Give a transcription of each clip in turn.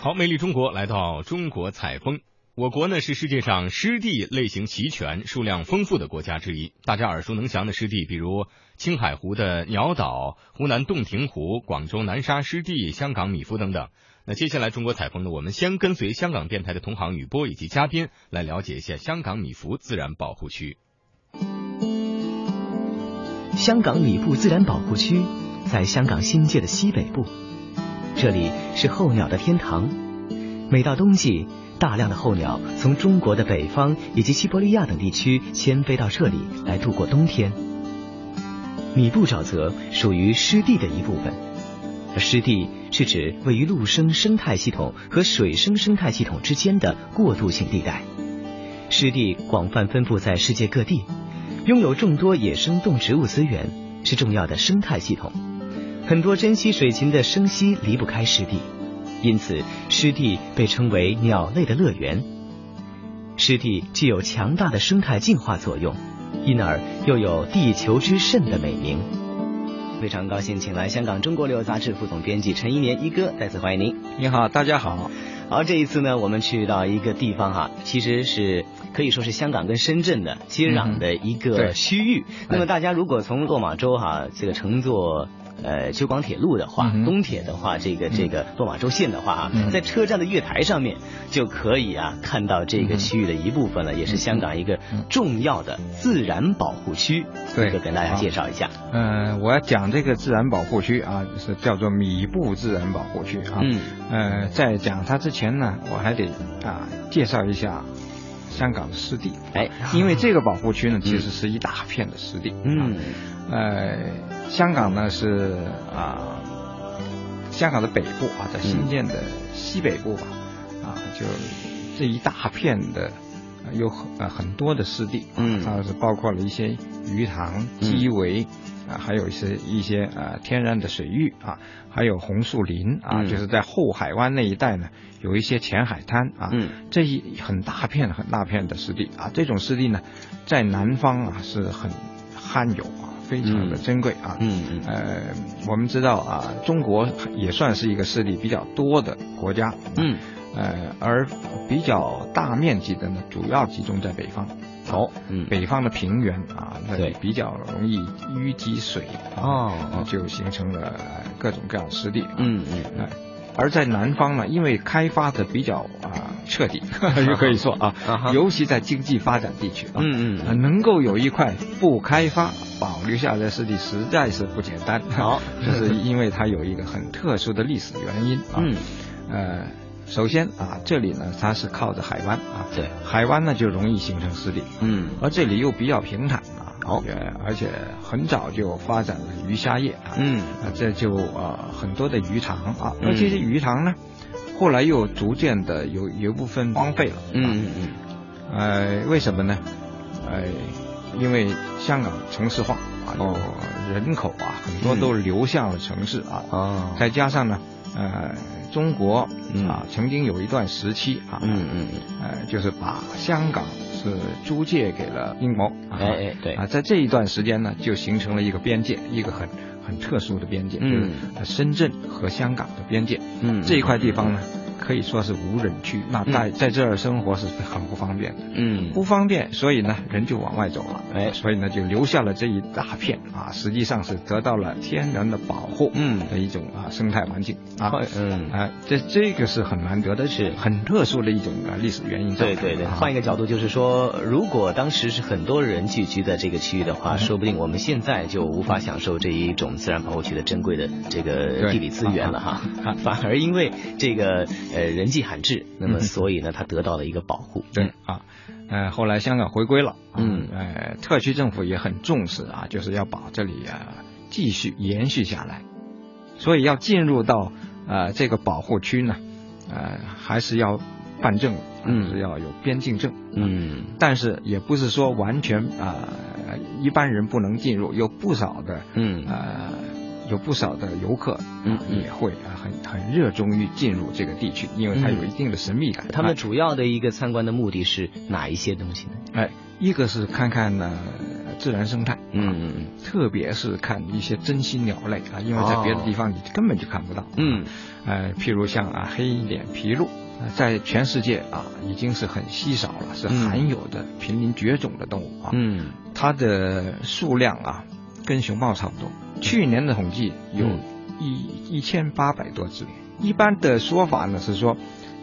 好，魅力中国来到中国采风。我国呢是世界上湿地类型齐全、数量丰富的国家之一。大家耳熟能详的湿地，比如青海湖的鸟岛、湖南洞庭湖、广州南沙湿地、香港米夫等等。那接下来中国采风呢，我们先跟随香港电台的同行雨波以及嘉宾来了解一下香港米福自然保护区。香港米埔自然保护区在香港新界的西北部，这里是候鸟的天堂。每到冬季，大量的候鸟从中国的北方以及西伯利亚等地区迁飞到这里来度过冬天。米布沼泽属于湿地的一部分，而湿地是指位于陆生生态系统和水生生态系统之间的过渡性地带。湿地广泛分布在世界各地，拥有众多野生动植物资源，是重要的生态系统。很多珍稀水禽的生息离不开湿地，因此湿地被称为鸟类的乐园。湿地具有强大的生态净化作用，因而又有“地球之肾”的美名。非常高兴请来香港《中国旅游杂志》副总编辑陈一年一哥再次欢迎您。你好，大家好。好，这一次呢，我们去到一个地方哈，其实是可以说是香港跟深圳的接壤的一个嗯对哎区域。那么大家如果从落马洲哈，这个乘坐呃九广铁路的话，嗯哼东铁的话，这个这个落马洲线的话啊，嗯在车站的月台上面就可以啊看到这嗯个区域的一部分了，也是香港一个重要的自然保护区。对这个跟大家介绍一下。嗯、我要讲这个自然保护区啊，是叫做米布自然保护区啊。嗯。呃，在讲它之前呢，我还得啊介绍一下香港的湿地，哎，因为这个保护区呢，其实是一大片的湿地。啊嗯呃，香港呢是啊，香港的北部啊，在新建的西北部吧，啊，就这一大片的。呃有很呃很多的湿地，嗯它啊是包括了一些鱼塘、基围，啊，还有一些一些呃天然的水域啊，还有红树林啊，嗯就是在后海湾那一带呢，有一些浅海滩啊，嗯这一很大片很大片的湿地啊，这种湿地呢，在南方啊是很罕有啊，非常的嗯珍贵啊。嗯嗯呃，我们知道啊，中国也算是一个湿地比较多的国家，嗯，呃，而比较大面积的呢，主要集中在北方。好，嗯北方的平原啊，那对比较容易淤积水哦啊就形成了呃各种各样的湿地。嗯嗯哎，而在南方呢，因为开发的比较啊、彻底，就可以 说啊啊哈尤其在经济发展地区啊，嗯嗯呃能够有一块不开发保留下来的湿地，实在是不简单。啊好这是因为它有一个很特殊的历史原因啊。嗯，呃，首先啊，这里呢它是靠着海湾啊，对，海湾呢就容易形成湿地，嗯而这里又比较平坦啊，好呃而且很早就发展了鱼虾业啊，嗯啊，这就啊、呃很多的鱼塘啊，嗯那这些鱼塘呢，后来又逐渐的有有一部分荒废了，嗯嗯呃，为什么呢？呃，因为香港城市化啊，哦有人口啊，很多都流向了城市啊，嗯哦再加上呢，呃，中国嗯啊曾经有一段时期啊，嗯嗯嗯。呃，就是把香港是租借给了英国，啊哎哎对啊，在这一段时间呢，就形成了一个边界，一个很很特殊的边界，嗯就是呃深圳和香港的边界，嗯这一块地方呢，可以说是无人区，那在在这儿生活是很不方便的，嗯不方便，所以呢，人就往外走了，哎所以呢，就留下了这一大片啊，实际上是得到了天然的保护，嗯的一种啊生态环境啊好，嗯啊，这这个是很难得的，是很特殊的一种啊历史原因造对成的。对对，啊换一个角度就是说，如果当时是很多人聚居在这个区域的嗯话，说不定我们现在就无法享受这一种自然保护区的珍贵的这个对啊地理资源了哈。反而因为这个呃人迹罕至，那么嗯所以呢，它得到了一个保护。对啊，呃，后来香港回归了，嗯呃，特区政府也很重视啊，就是要把这里啊继续延续下来，所以要进入到呃这个保护区呢，呃，还是要办证，嗯是要有边境证，嗯但是也不是说完全啊、呃一般人不能进入，有不少的嗯呃，有不少的游客嗯嗯也会啊很很热衷于进入这个地区，因为它嗯有一定的神秘感。他们主要的一个参观的目的是哪一些东西呢？哎，一个是看看呢自然生态，啊嗯嗯特别是看一些珍稀鸟类啊，因为在别的地方你根本就看不到。哦嗯，呃，譬如像啊黑脸琵鹭，呃在全世界啊已经是很稀少了，是嗯罕有的濒临绝种的动物啊。嗯它的数量啊跟熊猫差不多。去年的统计有嗯一一千八百多只。一般的说法呢是说，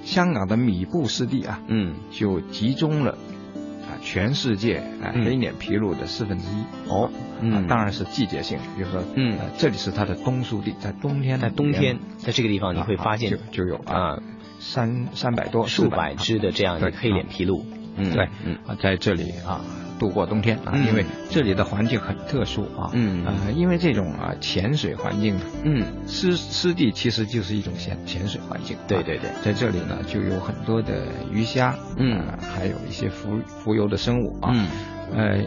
香港的米布湿地啊，嗯，就集中了啊全世界啊嗯黑脸琵鹭的四分之一。哦，啊嗯，当然是季节性，比如说，嗯呃这里是它的冬宿地，在冬天，在冬天，在这个地方你会发现啊就就有啊啊三三百多数400百只的这样的对啊黑脸琵鹭，嗯对嗯啊，在这里啊度过冬天啊，嗯因为这里的环境很特殊啊，嗯呃，因为这种啊潜水环境，啊嗯，湿湿地其实就是一种潜潜水环境，啊对对对，在这里呢就有很多的鱼虾，嗯呃还有一些浮浮游的生物啊，嗯呃，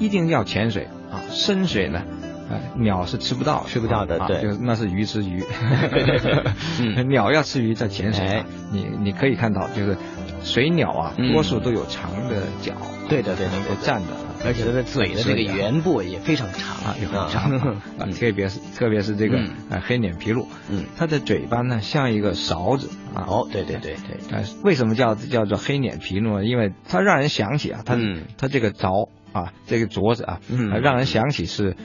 一定要潜水啊，深水呢。呃，鸟是吃不到的，吃不到的啊对就是那是鱼吃鱼， 对对对嗯 鸟要吃鱼在潜水哎啊，你你可以看到，就是水鸟啊，嗯多数都有长的脚，对的对的能够对的站的，啊而且它的嘴的这个所以啊圆部也非常长啊，有很长 的 啊啊，特别是特别是这个嗯呃黑脸琵鹭，嗯，它的嘴巴呢像一个勺子啊，哦，对对对对，呃，为什么叫叫做黑脸琵鹭呢？因为它让人想起啊，它、嗯它这个凿啊，这个镯子啊，嗯呃让人想起是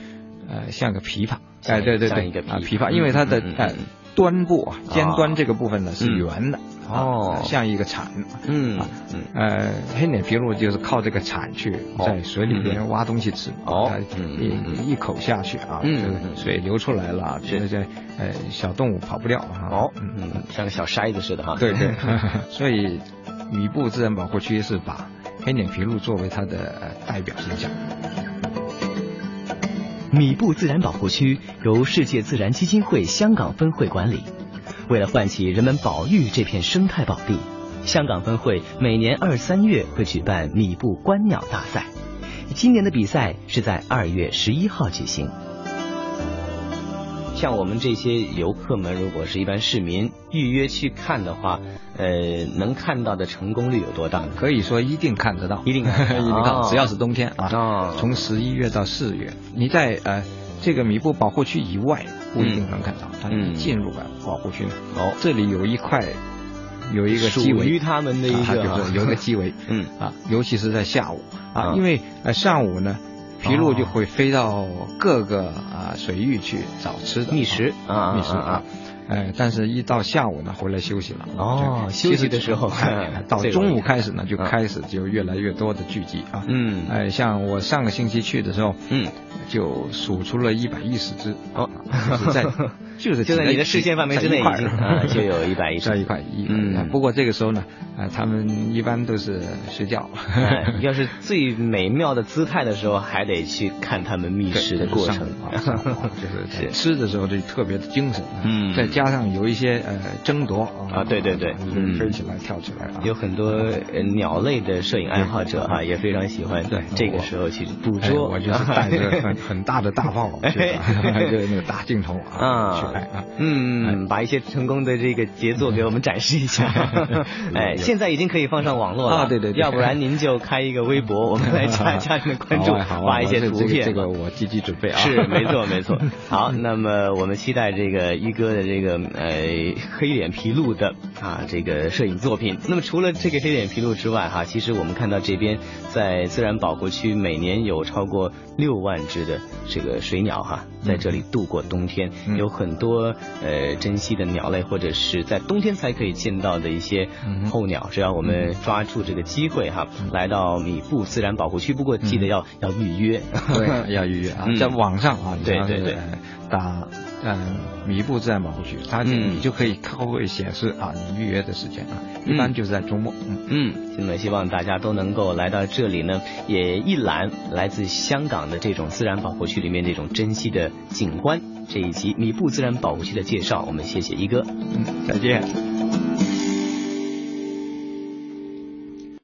呃像个琵琶，哎、像一对对像对，一个琵琶啊、琶，因为它的嗯嗯嗯呃嗯端部啊，尖啊端这个部分呢是嗯圆的，啊哦像一个铲。嗯啊嗯呃，黑脸琵鹭就是靠这个铲去哦在水里嗯边挖东西吃，哦它嗯一嗯嗯一口下去啊，嗯这个嗯水流出来了，是这这呃小动物跑不掉啊，哦，嗯，像个小筛子似的哈，对对， 所以米布自然保护区是把黑脸琵鹭作为它的呃代表形象。米布自然保护区由世界自然基金会香港分会管理。为了唤起人们保育这片生态宝地，香港分会每年二三月会举办米布观鸟大赛。今年的比赛是在二月十一号举行。像我们这些游客们，如果是一般市民预约去看的话，呃，能看到的成功率有多大呢？可以说一定看得到，一定看得到 一定看得哦啊到，只要是冬天哦啊，从十一月到四月，你在呃这个米布保护区以外不一定能看到，但嗯一进入了保护区，哦这里有一块有一个属基围，于他们的一个啊就是有一个基围嗯啊，尤其是在下午啊啊，因为呃上午呢。琵鹭就哦会飞到各个啊水域去找吃的觅食啊觅食啊啊啊啊，呃，但是一到下午呢，回来休息了。哦就休其息实的时候 哎到最容易中午开始呢，就嗯开始就越来越多的聚集啊。嗯哎，像我上个星期去的时候，嗯，就数出了一百一十只。哦就是 在就是就在你的视线范围之内在一块已儿经啊就有110 在一块一。嗯不过这个时候呢，啊，他们一般都是睡觉。哎要是最美妙的姿态的时候，还得去看他们 觅食的过程啊，上网就是在吃的时候就特别的精神，啊嗯再加上有一些呃争夺啊对对对嗯飞起来跳起来啊，有很多呃鸟类的摄影爱好者啊，也非常喜欢对这个时候去捕哎捉。我就是带着很很大的大炮去的， 就是那个大镜头啊 哎啊，去拍啊，嗯，把一些成功的这个杰作给我们展示一 下。 哎，现在已经可以放上网络了，啊对对对要不然您就开一个微博，我们来加加您的关注， 好啊好啊发一些我这图这个片。这个我积极准备啊，是，没错，没错。好，那么我们期待这个一哥的这个呃黑脸琵鹭的啊这个摄影作品。那么除了这个黑脸琵鹭之外，哈，其实我们看到这边在自然保护区每年有超过六万只的这个水鸟哈，在这里度过冬天，嗯有很多呃珍稀的鸟类，或者是在冬天才可以见到的一些嗯哼嗯候鸟。只要我们抓住这个机会哈，来到米布自然保护区，不过记得嗯要要预约。 对，要预约啊嗯，在网上啊，你对要是对对呃打嗯米布自然保护区，它就嗯你就可以它会显示啊你预约的时间啊，一嗯般就是在周末，嗯，嗯，那么希望大家都能够来到这里呢，也一览来自香港的这种自然保护区里面这种珍稀的景观。这一集米布自然保护区的介绍，我们谢谢一哥。嗯再见。